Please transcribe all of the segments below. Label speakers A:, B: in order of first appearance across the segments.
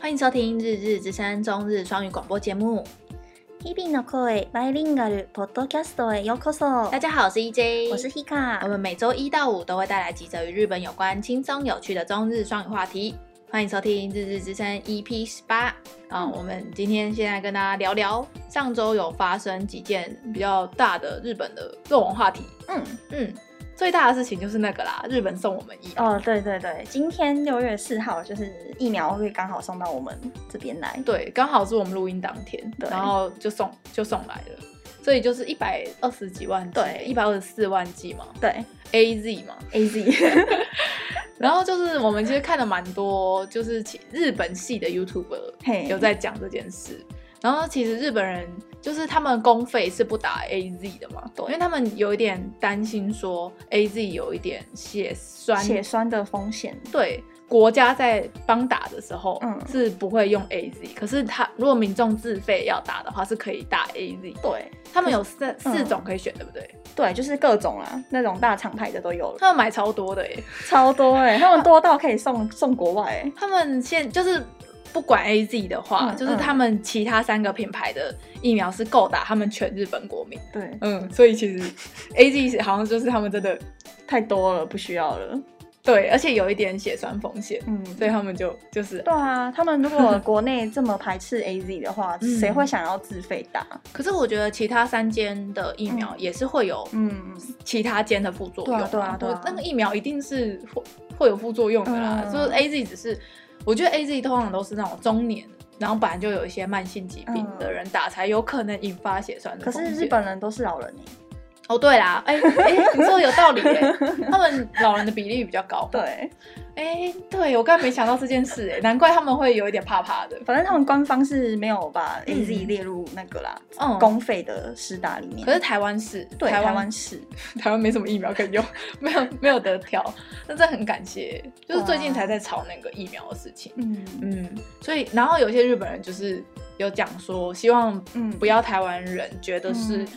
A: 欢迎收听《日日之声》中日双语广播节目。
B: 日々の声バイリンガルポッドキャストへようこそ
A: 大。家好，我是 EJ，
B: 我是
A: 我
B: Hika，
A: 们每周一到五都会带来几则与日本有关、轻松有趣的中日双语话题。欢迎收听《日日之声》EP 十八。啊，
B: 嗯
A: 我们今天先来跟大家聊聊上周有发生几件比较大的日本的热文话题。
B: 嗯，
A: 嗯，最大的事情就是那个啦，日本送我们疫苗。
B: 哦，对对对，今天六月四号就是疫苗会刚好送到我们这边来。
A: 对，刚好是我们录音当天，
B: 对
A: 然后就送就送来了，所以就是一百二十几万剂，
B: 对
A: 一百二十四万剂嘛
B: 对
A: ，A Z 嘛。
B: ，A Z，
A: 然后就是我们其实看了蛮多，就是其日本系的 YouTuber
B: 嘿
A: 有在讲这件事。然后其实日本人就是他们公费是不打 A Z 的嘛，因为他们有一点担心说 A Z 有一点血栓，
B: 血栓的风险。
A: 对国家在帮打的时候、
B: 嗯
A: 是不会用 A Z，可是他如果民众自费要打的话是可以打 A Z，
B: 对
A: 他们有四、
B: 嗯
A: 四种可以选，对不对？
B: 对，就是各种啦，那种大厂牌的都有了，
A: 他们买超多的耶，
B: 超多哎、他们多到可以 送送国外哎、
A: 他们现就是不管 A Z 的话，
B: 嗯
A: 就是他们其他三个品牌的疫苗是够打他们全日本国民，
B: 对，
A: 嗯，所以其实 A Z 好像就是他们真的
B: 太多了，不需要了。
A: 对，而且有一点血栓风险，
B: 嗯，
A: 所以他们就就是
B: 对啊，他们如果国内这么排斥 A Z 的话，
A: 嗯
B: 谁会想要自费打？
A: 可是我觉得其他三间的疫苗也是会有
B: 嗯，
A: 其他间的副作用、
B: 对啊对啊对啊
A: 我那个疫苗一定是会会有副作用的啦。
B: 嗯
A: 就是 A Z 只是，我觉得 A Z 通常都是那种中年，然后本来就有一些慢性疾病的人打，才有可能引发血栓的
B: 可
A: 风险。
B: 是日本人都是老人哎、
A: 哦，对啦，哎、哎、你说的有道理、 哎，他们老人的比例比较高。，
B: 对，
A: 哎、对我刚才没想到这件事、哎，难怪他们会有一点怕怕的。
B: 反正他们官方是没有把
A: 嗯
B: A Z 列入那个啦，
A: 嗯
B: 公费的施打里面。
A: 可是台湾是，
B: 对
A: 台
B: 台
A: 湾
B: 湾是，
A: 台湾没什么疫苗可以用，没有没有得挑，那真的很感谢，就是最近
B: 哇
A: 才在吵那个疫苗的事情。
B: 嗯
A: 嗯，所以然后有些日本人就是有讲说，希望
B: 嗯
A: 不要台湾人觉得是
B: 嗯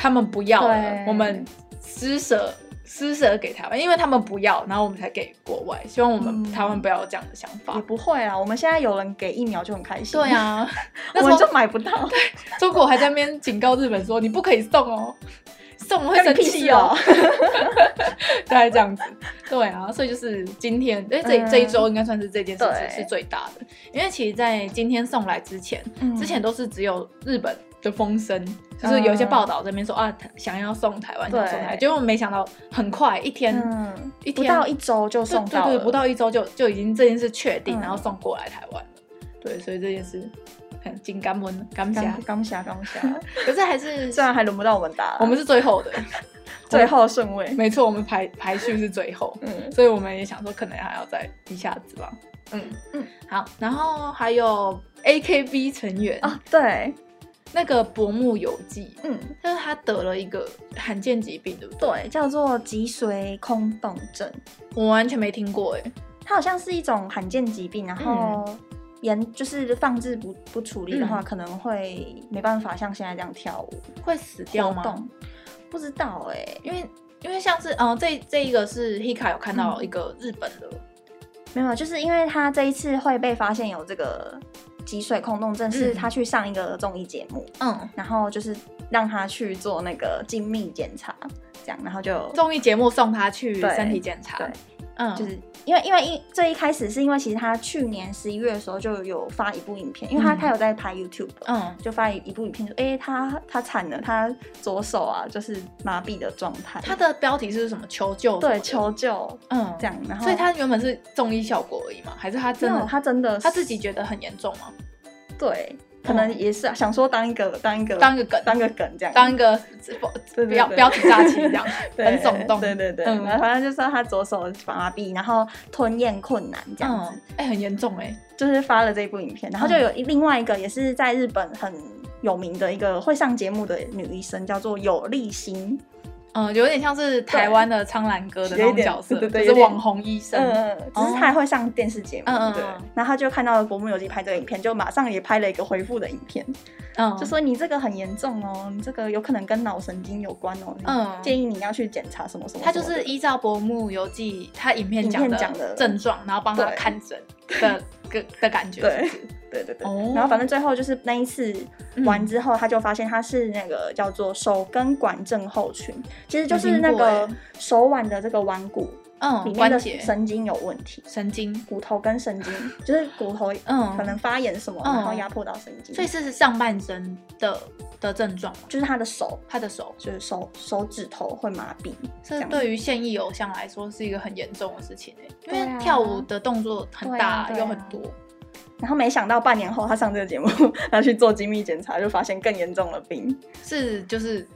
A: 他们不要了，
B: 对
A: 我们施舍施舍给台湾，因为他们不要，然后我们才给国外。希望我们
B: 嗯
A: 台湾不要有这样的想法
B: 也。不会啊啦。我们现在有人给疫苗就很开心，
A: 对，啊，那 时候
B: 我们就买不到，
A: 中国还在那边警告日本说，你不可以送哦，送 了会生
B: 关你屁
A: 气
B: 事哦
A: 哦。大概这样子。对啊，所以就是今天，哎，这、
B: 嗯
A: 这一周应该算是这件事
B: 对
A: 情是最大的，因为其实，在今天送来之前，
B: 嗯嗯
A: 之前都是只有日本的风声，就是有一些报道这边说、啊，想要送台湾，想
B: 对
A: 要送台湾，结果没想到很快一天。
B: 嗯，
A: 一
B: 不
A: 天
B: 到一周就
A: 对
B: 送到
A: 对
B: 了，
A: 对，不到一周就就已经这件事确定，
B: 嗯
A: 然后送过来台湾了。对，所以这件事很金感恩感谢，
B: 刚刚下 刚下，
A: 可是还 是
B: 虽然还轮不到我们打啦，
A: 我们是最后的，
B: 最后顺位，
A: 没错，我们排排序是最后，
B: 嗯
A: 所以我们也想说可能还要再一下子吧。嗯嗯
B: 嗯，
A: 好，然后还有 A K B 成员、
B: 啊，对，
A: 那个薄木有纪，
B: 嗯，
A: 就是他得了一个罕见疾病，对不对？
B: 对，叫做脊髓空洞症，
A: 我完全没听过哎。
B: 它好像是一种罕见疾病，然后
A: 嗯
B: 严就是放置不不处理的话，可能会没办法像现在这样跳舞
A: 会死掉
B: 活
A: 吗
B: 动？不知道哎、
A: 因为因为像是嗯、呃这这一个是 Hika 有看到一个日本的，
B: 没有，就是因为他这一次会被发现有这个脊髓空洞症，是
A: 嗯
B: 他去上一个综艺节目，
A: 嗯，
B: 然后就是让他去做那个精密检查，这样，然后就
A: 综艺节目送他去
B: 对
A: 身体检查
B: 对，
A: 嗯，
B: 就是因为因为一最一开始是因为其实他去年十一月的时候就有发一部影片，因为他、
A: 嗯
B: 他有在拍 YouTube，
A: 嗯
B: 就发一一部影片说，哎、他他惨了，他左手啊就是麻痹的状态，
A: 他的标题是什么？求救什么
B: 对
A: 的
B: 求救
A: 嗯
B: 这样，然后
A: 所以他原本是综艺效果而已嘛，还是他真
B: 没
A: 的
B: 有他真的
A: 他自己觉得很严重吗？
B: 对，可能也是啊想说当一个当一个
A: 当一个梗，
B: 当个梗这样，
A: 当一个不
B: 对对
A: 不要
B: 对
A: 不要题炸欺这样，
B: 对
A: 很耸动，
B: 对对对，
A: 嗯
B: 然后反正就说他左手麻痹，然后吞咽困难这样子，
A: 嗯，哎，很严重哎，
B: 就是发了这部影片，然后就有另外一个也是在日本很有名的一个会上节目的女医生，叫做有利心，
A: 嗯，有点像是台湾的苍兰哥的那
B: 有一
A: 种
B: 点
A: 角色，
B: 对对对
A: 就
B: 有
A: 是
B: 点
A: 网红医
B: 嗯
A: 生，
B: 嗯，嗯只是她还会上电视节目，
A: 哦嗯嗯嗯
B: 对。然后她就看到国木有纪拍这个影片，就马上也拍了一个回复的影片，
A: 嗯，
B: 就说你这个很严重哦，你这个有可能跟脑神经有关哦，
A: 嗯
B: 嗯，建议你要去检查什么什么
A: 他
B: 什么的。
A: 就是依照薄木游记他影片
B: 影
A: 讲
B: 片讲的
A: 症状，然后帮他
B: 对
A: 看诊的个的感觉。
B: 对， 对对对。
A: 哦
B: 然后反正最后就是那一次
A: 嗯
B: 完之后，他就发现他是那个叫做手根管症候群，其实就
A: 没
B: 是
A: 听过
B: 那个
A: 欸
B: 手腕的这个腕骨里
A: 嗯，
B: 面
A: 关
B: 的
A: 节、
B: 神经有问题，
A: 神经，
B: 骨头跟神经就是骨头
A: 嗯
B: 可能发炎什么，
A: 嗯
B: 然后压迫到神经，
A: 所以这是上半身的的症状嘛？
B: 就是他的手。
A: 他的手，
B: 就是手手指头会麻痹，
A: 这
B: 样子
A: 对于现役偶像来说是一个很严重的事情欸
B: 对
A: 因
B: 啊
A: 为跳舞的动作很
B: 对啊
A: 大
B: 对啊
A: 又很多，
B: 然后没想到半年后他上这个节目，他去做精密检查，就发现更严重的病，
A: 是就是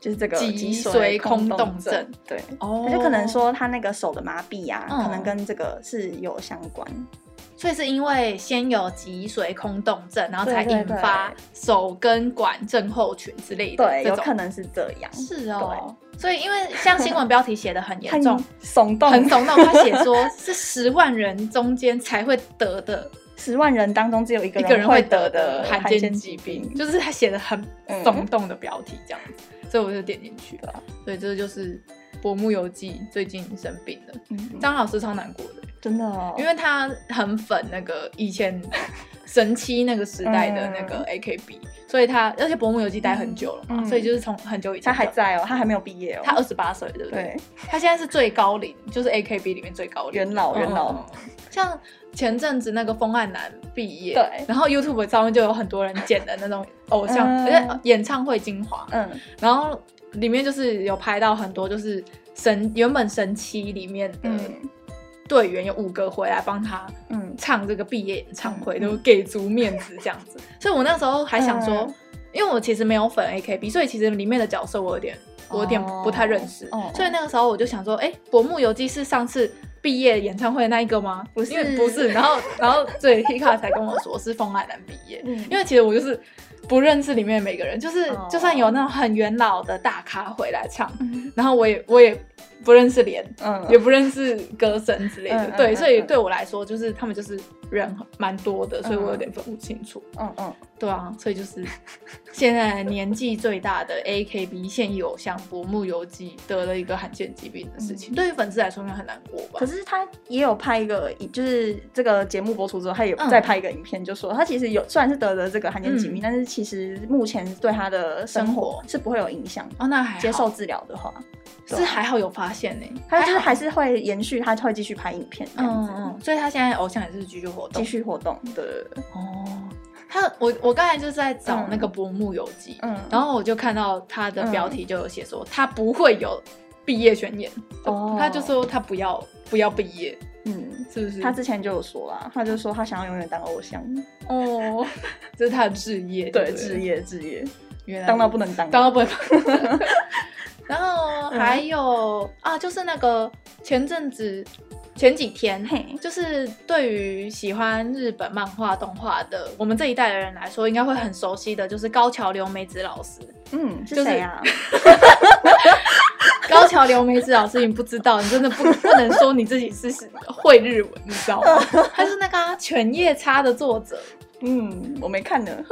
B: 就是这个
A: 脊
B: 脊
A: 髓
B: 髓
A: 空洞
B: 洞
A: 症。
B: 对，
A: 哦
B: 他就可能，说他那个手的麻痹啊，
A: 嗯
B: 可能跟这个是有相关。
A: 所以是因为先有脊髓空洞症，然后
B: 对
A: 才
B: 对
A: 引发手根管症候群之类的，
B: 对，
A: 这
B: 有
A: 种
B: 可能是这样，
A: 是哦。所以因为像新闻标题写的很严
B: 很
A: 重。
B: 耸动，
A: 很耸动，他写说是十万人中间才会得的
B: 十万人当中只有一个
A: 一个人
B: 会
A: 会得
B: 的
A: 的罕
B: 见
A: 见疾病，就是他写的很
B: 嗯
A: 耸动的标题这样子，所以我就点进去
B: 对啊
A: 了。所以这就是薄木由纪最近生病了，
B: 嗯，
A: 张老师超难过的，
B: 真的哦，
A: 因为他很粉那个以前神七那个时代的那个 AKB，所以他而且薄木由纪待很久了嘛，
B: 嗯
A: 所以就是从很久以前
B: 他还
A: 的
B: 在哦，他还没有毕业哦，
A: 他二十八岁，对不对？
B: 对，
A: 他现在是最高龄，就是 AKB 里面最高龄
B: 元老
A: 嗯
B: 元老
A: 嗯嗯像前阵子那个风汉男毕业，
B: 对
A: 然后 YouTube 上面就有很多人剪的那种偶像，
B: 嗯
A: 而且演唱会精华，
B: 嗯，
A: 然后里面就是有拍到很多就是神原本神七里面的
B: 嗯
A: 队员有五个回来帮他
B: 嗯，
A: 唱这个毕业演唱会，
B: 嗯
A: 都给足面子这样 子。所以我那时候还想说
B: 嗯，
A: 因为我其实没有粉 AKB，所以其实里面的角色我有点我有点
B: 哦
A: 不太认识
B: 哦。
A: 所以那个时候我就想说，哎，《薄木游记》是上次毕业演唱会的那一个吗？
B: 不是
A: 因为不是。然 后然后对 Hika 才跟我说是风爱男毕业，
B: 嗯
A: 因为其实我就是。不认识里面每个人，就是
B: 哦
A: 就算有那种很元老的大咖回来唱，
B: 嗯
A: 然后我也我也不认识脸，
B: 嗯
A: 也不认识歌神之类的，
B: 嗯嗯
A: 对，
B: 嗯
A: 所以
B: 嗯
A: 对我来说，就是他们就是人蛮多的，所以我有点分不清楚。
B: 嗯嗯，
A: 对啊，所以就是现在年纪最大的 AKB 现役偶像薄木由纪得了一个罕见疾病的事情，
B: 嗯
A: 对于粉丝来说应该很难过吧
B: 可？是他也有拍一个，就是这个节目播出之后，他也
A: 嗯
B: 再拍一个影片，就说他其实有虽然是得了这个罕见疾病，
A: 嗯
B: 但是其实目前对他的生
A: 生
B: 活
A: 活
B: 是不会有影响。
A: 哦，那还好
B: 接受治疗的话，对啊
A: 是还好有发现呢、
B: 他就是
A: 还
B: 还是会延续，他会继续拍影片这
A: 好
B: 样
A: 嗯
B: 子，
A: 嗯，所以他现在偶像也是继续活
B: 继
A: 动
B: 续活动。对对对，
A: 哦。他我我刚才就是在找
B: 嗯
A: 那个薄木由纪，
B: 嗯，
A: 然
B: 后
A: 后我就看到他
B: 嗯
A: 的标题就有写说、他不会有毕业宣言，
B: 哦
A: 他就说他不要不要毕业，
B: 嗯，
A: 是不是？
B: 他之前就有说啦，他就说他想要永远当偶像，
A: 哦， 这是他的置业，
B: 对，
A: 不
B: 职业职业，
A: 原来
B: 当到不能当，
A: 当到不 能。然后
B: 嗯
A: 还有、啊，就是那个前阵子前几天
B: 嘿，
A: 就是对于喜欢日本漫画动画的我们这一代的人来说，应该会很熟悉的，就是高桥留美子老师。
B: 嗯，
A: 就是
B: 是谁啊？
A: 高桥留美子老师，你不知道，你真的不不能说你自己是是会日文，你知道吗？他是那个、啊《犬夜叉》的作者。
B: 嗯，我没看呢。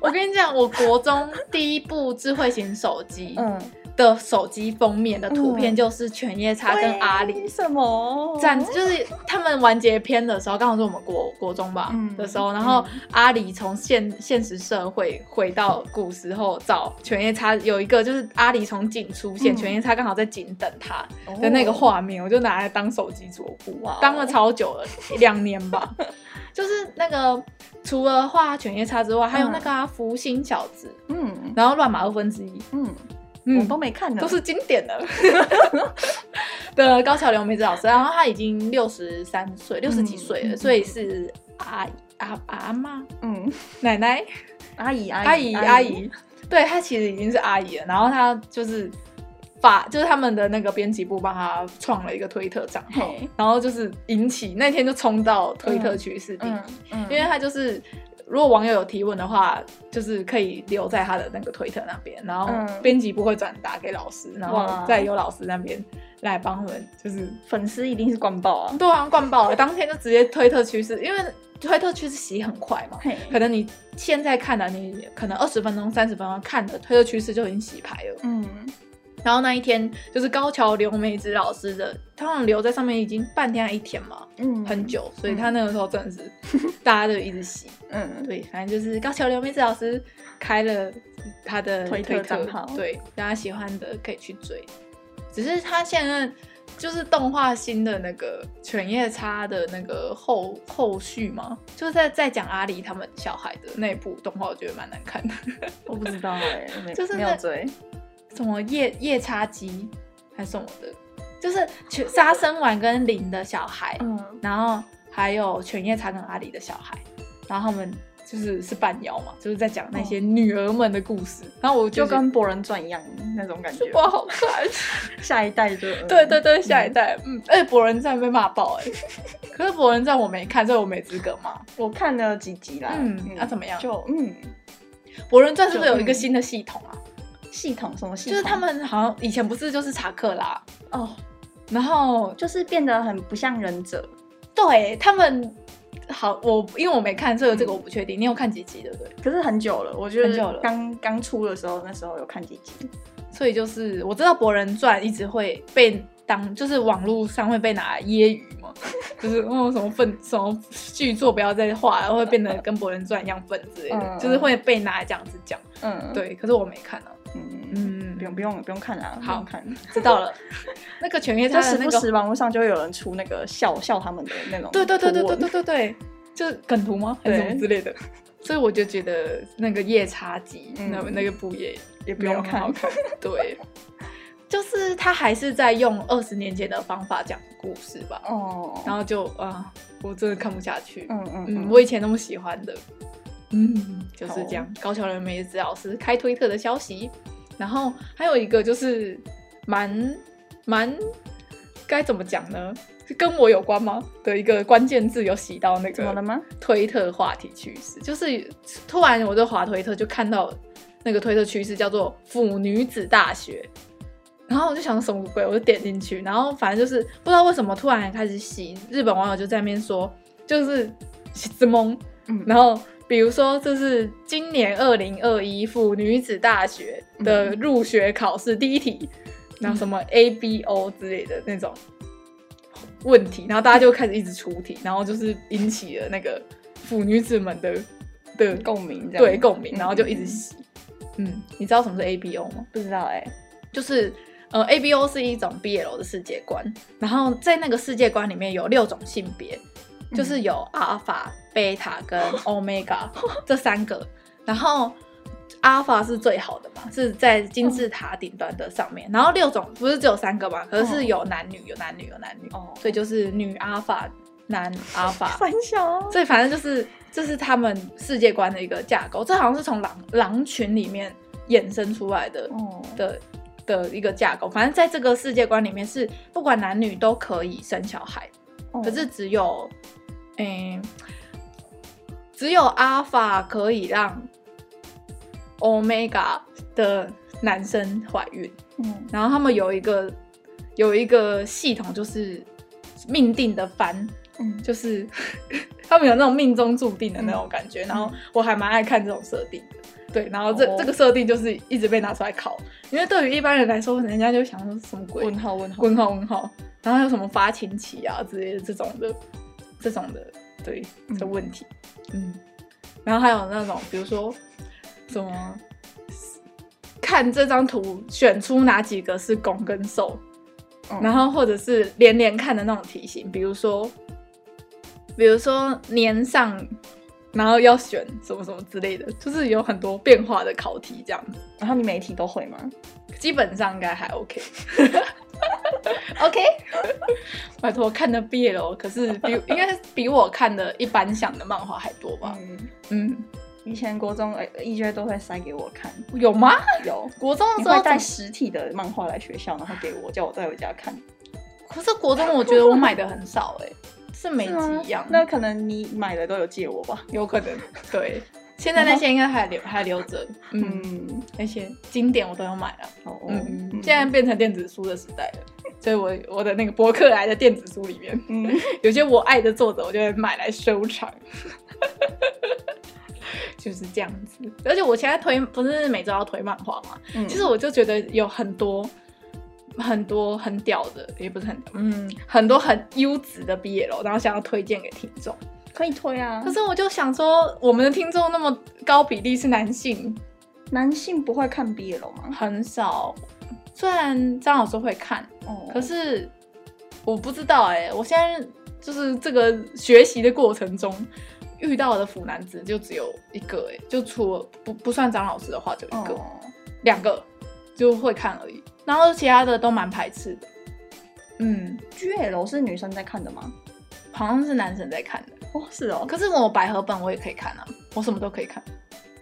A: 我跟你讲，我国中第一部智慧型手机
B: 嗯，
A: 的手机封面的图片就是犬夜叉跟阿里
B: 为。什么？
A: 站就是他们完结篇的时候，刚好是我们国国中吧、
B: 嗯
A: 的时候，然后阿里从现现实社会回到古时候找犬夜叉，有一个就是阿里从井出现，
B: 嗯
A: 犬夜叉刚好在井等他，的
B: 的
A: 那个画面，我就拿来当手机桌布
B: 哇哦，
A: 当了超久了，两年 吧。就是那个除了画犬夜叉之外，还有那个、啊福星小子，
B: 嗯
A: 然后乱马二分之一，
B: 嗯，我
A: 嗯
B: 都，没看 呢，
A: 都是经典的的高桥留美子老师。然后他已经六十三岁，六十几岁了，
B: 嗯
A: 所以是阿姨阿阿妈
B: 嗯，
A: 奶奶
B: 阿姨
A: 阿
B: 阿
A: 姨阿
B: 阿
A: 姨，对她其实已经是阿姨了。然后她就是把就是他们的那个编辑部帮她创了一个推特账号
B: 嘿，
A: 然后就是引起那天就冲到推特趋势第一，
B: 嗯嗯，
A: 因为她就是。如果网友有提问的话，就是可以留在她的那个推特那边，然后
B: 嗯
A: 编辑部会转达给老师，然后
B: 哇
A: 再由老师那边来帮我们，就是
B: 粉丝一定是灌爆啊，
A: 对啊，灌爆了，当天就直接推特趋势，因为推特趋势洗很快嘛，
B: 嘿，
A: 可能你现在看了，你可能二十分钟、三十分钟看的推特趋势就已经洗牌了。
B: 嗯，
A: 然后那一天就是高桥留美子老师的，他好像留在上面已经半天还一天嘛，
B: 嗯，
A: 很久，所以他那个时候真的是 大家都一直洗。
B: 嗯，
A: 对，反正就是高桥留美子老师开了他的
B: 推特
A: 特
B: 账号
A: 对，大家喜欢的可以去追。只是他现在就是动画新的那个犬夜叉的那个后后续嘛，就是在在讲阿离他们小孩的那部动画，我觉得蛮难看的，
B: 我不知道哎、没
A: 就是
B: 没
A: 那
B: 有追，
A: 什么夜夜叉姬还是什么的，就是 犬杀生丸跟林的小孩，
B: 嗯，
A: 然后还有犬夜叉跟阿里的小孩，然后他们就是是半妖嘛，就是在讲那些女儿们的故事。然后我
B: 就
A: 觉得
B: 跟《博人传》一样那种感
A: 就
B: 觉
A: 不，好看，
B: 下一代就
A: 对对对，
B: 嗯
A: 下一代，嗯，而且博人传被骂爆哎、可是博人传我没看，所以我没资格骂。
B: 我看了几集啦，
A: 嗯，那、怎么样？
B: 就嗯，
A: 博人传是不是
B: 就
A: 有一个
B: 嗯
A: 新的系统啊？
B: 系统什么系
A: 就
B: 统？
A: 是他们好像以前不是就是查克拉，
B: 哦，
A: 然后
B: 就是变得很不像忍者，
A: 对他们。好，我因为我没看，所以这个我不确定。你有看几集，对不对？
B: 可是很久了，我觉
A: 很久了
B: 得刚刚出的时候，那时候有看几集，
A: 所以就是我知道《博人传》一直会被当，就是网络上会被拿来揶揄嘛，就是哦什么粪什么剧作不要再画，然后会变得跟《博人传》一样笨之类的，
B: 嗯
A: 就是会被拿来这样子讲。
B: 嗯，，
A: 对，可是我没看啊，
B: 嗯，
A: 嗯，
B: 不用不用不用看了，
A: 好
B: 不用看，
A: 知道了。那个犬夜
B: 就
A: 叉
B: 时
A: 的那
B: 不
A: 个，
B: 时网络上就会有人出那个笑笑他们的那种，
A: 对对对对对对，对对，就是梗图吗？还是什么
B: 对
A: 之类的。所以我就觉得那个夜叉集，
B: 嗯
A: 那那个部也
B: 也不
A: 没有
B: 用
A: 很好看。
B: 看，
A: 对，就是他还是在用二十年前的方法讲故事吧，
B: 哦，
A: 然后就啊、我真的看不下去。
B: 嗯嗯
A: 嗯，
B: 嗯，
A: 我以前那么喜欢的，嗯，就是
B: 好哦
A: 这样。高桥留美子老师开推特的消息，然后还有一个就是蛮蛮该怎么讲呢？是跟我有关吗？的一个关键字有洗到那
B: 怎么了
A: 个
B: 吗？
A: 推特话题趋势，就是突然我就滑推特就看到那个推特趋势叫做“腐女子大学”，然后我就想什么鬼，我就点进去，然后反正就是不知道为什么突然开始洗，日本网友就在那边说，就是洗之懵，
B: 嗯
A: 然后比如说这是今年二零二一腐女子大学的
B: 嗯
A: 入学考试第一题，然后什么 ABO 之类的那种。问题，然后大家就开始一直出题，然后就是引起了那个腐女子们的的
B: 共鸣这嗯样，
A: 对共鸣，然后就一直洗。嗯，你知道什么是 ABO 吗？
B: 不知道哎，
A: 就是呃，ABO 是一种 BL 的世界观，然后在那个世界观里面有六种性别，就是有阿尔法、贝塔跟 Omega 这三个，然后。阿尔法是最好的嘛，是在金字塔顶端的上面。然后六种不是只有三个嘛，可是
B: 哦
A: 是有男女，有男女，有男女。
B: 哦，
A: 所以就是女阿法、男阿法，
B: 三小，
A: 所以反正就是这是他们世界观的一个架构，这好像是从狼狼群里面衍生出来的
B: 哦，
A: 的的一个架构。反正在这个世界观里面是不管男女都可以生小孩，
B: 哦
A: 可是只有，嗯、只有阿法可以让 omega 的男生怀孕。
B: 嗯
A: 然后他们有一个有一个系统，就是命定的番，
B: 嗯，
A: 就是 他们有那种命中注定的那种感觉。然后我还蛮爱看这种设定的。对，然后这、
B: 嗯哦
A: 这个设定就是一直被拿出来考，因为对于一般人来说，人家就想说什么鬼
B: 问号问号，
A: 问号问号，然后还有什么发情期啊之类的这种的，这种的对
B: 嗯
A: 的问题，嗯，然后还有那种比如说什么看这张图选出哪几个是攻跟受，
B: 嗯
A: 然后或者是连连看的那种题型，比如说比如说年上。然后要选什么什么之类的，就是有很多变化的考题这样子，
B: 然后你每一题都会吗？
A: 基本上应该还 OK。OK，拜托，看的 BL 哦可是比 应该是比我看的一般想的漫画还多吧？
B: 嗯，
A: 嗯，
B: 以前国中呃一卷都会塞给我看，
A: 有吗？
B: 有。
A: 国中的
B: 你
A: 时候
B: 会
A: 怎
B: 带
A: 么，
B: 实体的漫画来学校，然后给我，叫我带回家看，
A: 可是国中我觉得我买的很少哎、是没
B: 是吗
A: 几样，
B: 那可能你买的都有借我吧？
A: 有可能对。现在那些应该还留还留着，嗯，
B: 嗯，
A: 那些经典我都有买了，
B: 好，哦
A: 嗯，现在变成电子书的时代了，所以我我的那个博客来的电子书里面，
B: 嗯，
A: 有些我爱的作者，我就会买来收藏。 就是这样子，而且我现在推不是每周要推漫画嘛，
B: 嗯
A: 其实我就觉得有很多很多很屌的，也不是很屌，
B: 嗯，
A: 很多很优质的 BL，然后想要推荐给听众。
B: 可以推啊
A: 可。是我就想说，我们的听众那么高比例是男性，
B: 男性不会看 BL 吗？
A: 很少。虽然张老师会看，
B: 哦
A: 可是我不知道哎、我现在就是这个学习的过程中遇到的腐男子就只有一个哎、就除了不不算张老师的话，就一个
B: 哦，
A: 两、个就会看而已，然后其他的都蛮排斥的，
B: 嗯，GL 是女生在看的吗？
A: 好像是男生在看的。
B: 哦，是哦，
A: 可是我百合本我也可以看啊，我什么都可以看。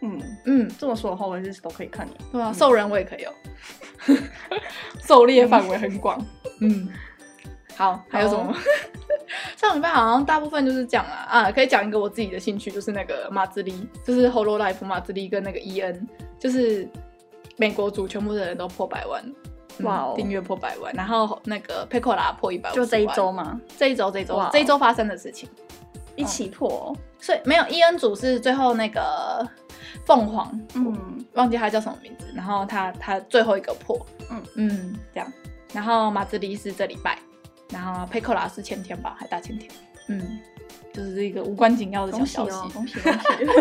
B: 嗯，
A: 嗯，
B: 这么说的话，我也是都可以看耶。
A: 对啊，
B: 嗯
A: 兽人我也可以哦， 狩猎范围很广。嗯，好，还有什
B: 啊
A: 么？ 上礼拜好像大部分就是讲啊啊，可以讲一个我自己的兴趣，就是那个马自立，就是 Holo Life 马自立跟那个 EN，就是美国组全部的人都破百万，嗯
B: 哇哦
A: 订阅破百万，然后那个 p e c o l a 破一百，
B: 就这一周，嘛，
A: 这一周，这一周
B: 哇哦，
A: 这一周发生的事情。
B: 一起破、哦。
A: 所以没有 EN 组是最后那个凤凰，
B: 嗯，
A: 忘记他叫什么名字，然后他他最后一个破，
B: 嗯
A: 嗯，这样，然后马自立是这礼拜，然后佩克拉是前天吧，还大前天，嗯，就是一个无关紧要的小
B: 恭喜
A: 消息。
B: 哦，恭喜恭喜。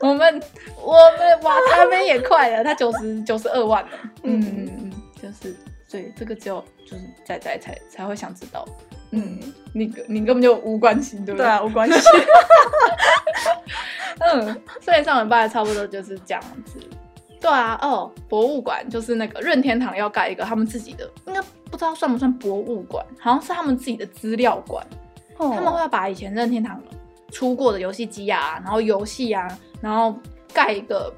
A: 我们我们哇，他们也快了，他九十九十二万了，嗯
B: 嗯
A: 嗯嗯，就是对这个只有就是仔仔才才会想知道，嗯
B: 嗯，
A: 你你根本就无关心，对不
B: 对啊，无 关系。
A: 嗯，所以上礼拜差不多就是这样子。对啊，哦，博物馆就是那个任天堂要盖一个他们自己的，应该不知道算不算博物馆，好像是他们自己的资料馆。他
B: 他
A: 们会把以前任天堂出过的游戏机啊，然后游戏啊，然后盖一个，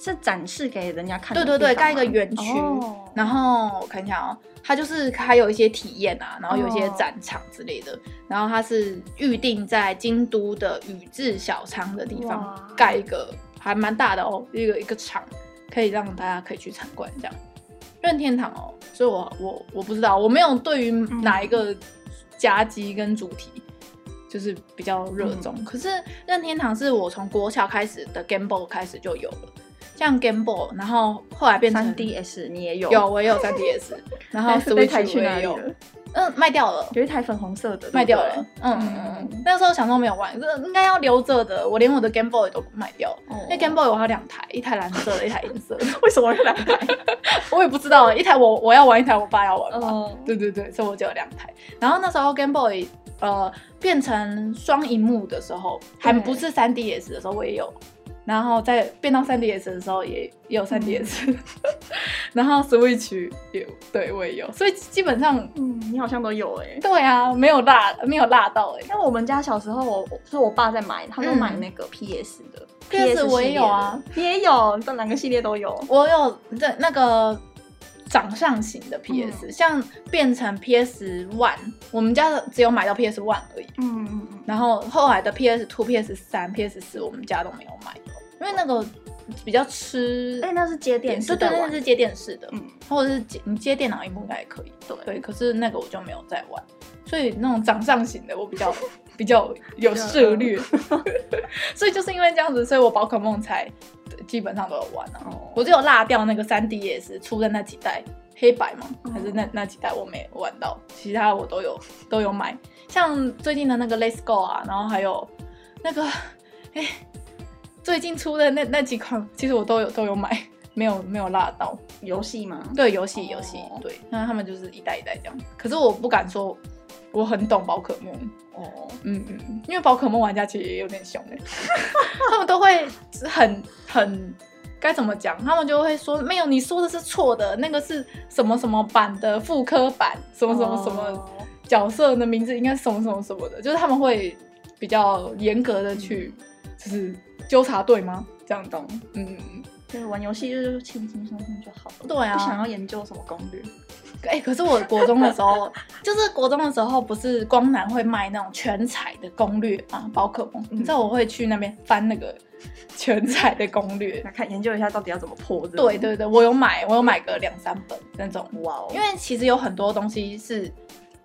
B: 是展示给人家看
A: 对
B: 的地
A: 对
B: 方吗。
A: 对，盖一个园区。
B: 哦
A: 然后我看一下哦，它就是还有一些体验啊，然后有一些展场之类
B: 哦
A: 的。然后它是预定在京都的宇治小仓的地
B: 哇
A: 方盖一个还蛮大的哦，一个一个场，可以让大家可以去参观这样。任天堂哦，所以我我我不知道，我没有对于哪一
B: 嗯
A: 个夹击跟主题。就是比较热衷，
B: 嗯
A: 可是任天堂是我从国小开始的 Game Boy 开始就有了，像 Game Boy，然后后来变成
B: 三 DS 你也有
A: 有，我也有三 DS，然后
B: 哎那台
A: Switch
B: 去
A: 我
B: 哪
A: 也
B: 里
A: 有，
B: 了？
A: 嗯，卖掉了，
B: 有一台粉红色的
A: 卖掉了。，嗯
B: 嗯
A: 嗯嗯，那时候想说没有玩，这应该要留着的，我连我的 Game Boy 都卖掉了。
B: 哦
A: 那 Game Boy 我还有两台，一台蓝色的，一台银色的，
B: 为什么要两台？
A: 我也不知道，一台我我要玩，一台我爸要玩吧。
B: 哦，
A: 对对对，所以我就有两台。然后那时候 Game Boy 呃变成双荧幕的时候，还
B: 对
A: 不是 3DS 的时候，我也有。然后再变到 3DS 的时候也，也有 3DS，、然后 Switch 也对我也有，所以基本上
B: 嗯，你好像都有哎、
A: 对啊，没有落没有落到哎、欸。
B: 那我们家小时候我，我是我爸在买，他说
A: 嗯
B: 买那个 PS 的、
A: PS
B: 系列的
A: 我也有啊，
B: 你也有，这两个系列都有。
A: 我有这那个掌上型的 PS，、像变成 PS One，我们家的只有买到 PS One 而已。
B: 嗯嗯嗯，
A: 然后后来的 PS Two、PS 三、PS 四，我们家都没有买，因为那个比较吃
B: 哎、那是接电视
A: 对对，
B: 在
A: 那
B: 玩
A: 是接电视的，
B: 嗯，
A: 或者是接你接电脑荧幕应该也可以。
B: 对
A: 对，可是那个我就没有在玩，所以那种掌上型的我比较 比较有涉略， 所以就是因为这样子，所以我宝可梦才基本上都有玩啊。
B: 哦，
A: 我只有落掉那个3 DS 出的那几代黑白嘛，还是那那几代我没玩到，其他我都有都有买，像最近的那个 Let's Go 啊，然后还有那个 哎、最近出的那那几款，其实我都有都有买，没有没有落到。
B: 游戏吗？
A: 对，游戏游戏
B: 哦，
A: 对，那他们就是一代一代这样。可是我不敢说我很懂宝可梦，
B: 哦，
A: 嗯嗯，嗯因为宝可梦玩家其实也有点凶 哎、他们都会很很该怎么讲？他们就会说没有，你说的是错的，那个是什么什么版的复刻版，什么什么什么
B: 哦
A: 角色的名字应该是什么什么什么的，就是他们会比较严格的去就是纠察队吗？这样懂？嗯嗯嗯。
B: 就是玩游戏就是轻轻松松就好了，
A: 对啊
B: 不想要研究什么攻略。
A: 哎、可是我国中的时候，就是国中的时候，不是光南会卖那种全彩的攻略啊，宝可梦。你知
B: 嗯
A: 道我会去那边翻那个全彩的攻略。
B: 来看研究一下到底要怎么破这个。
A: 对对对，我有买，我有买个两三本那种，
B: 哇哦，
A: 因为其实有很多东西是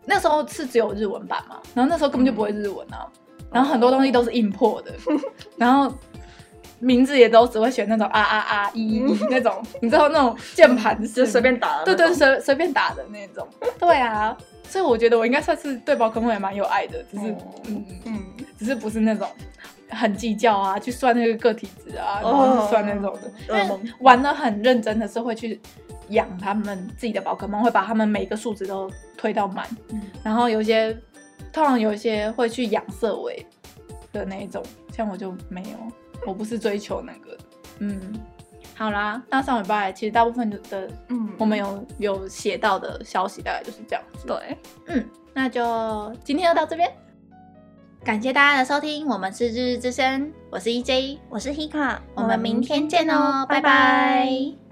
A: 那时候是只有日文版嘛，
B: 嗯哦
A: 然后那时候根本就不会日文啊，然后很多东西都是硬破的，然后名字也都只会选那种啊啊啊一一一那种，你知道那种键盘
B: 嗯就随便打的
A: 对
B: 那种，
A: 对，随随便打的那 种。对啊，所以我觉得我应该算是对宝可梦也蛮有爱的，只是、
B: 哦
A: 嗯，
B: 嗯，
A: 只是不是那种很计较啊，去算那个个体值啊，然
B: 哦
A: 后去算那种的。
B: 噩
A: 因为
B: 梦
A: 玩的很认真的是会去养他们自己的宝可梦，会把他们每个数值都推到满。
B: 嗯
A: 然后有些通常有一些会去养色尾的那一种，像我就没有，我不是追求那个。嗯，好啦，那上礼拜其实大部分的
B: 嗯，
A: 我们有有写到的消息大概就是这样子。
B: 对，
A: 嗯，那就今天就到这边，感谢大家的收听，我们是日日之声，我是 EJ，
B: 我是 Hika，
A: 哦我们明天见哦，拜拜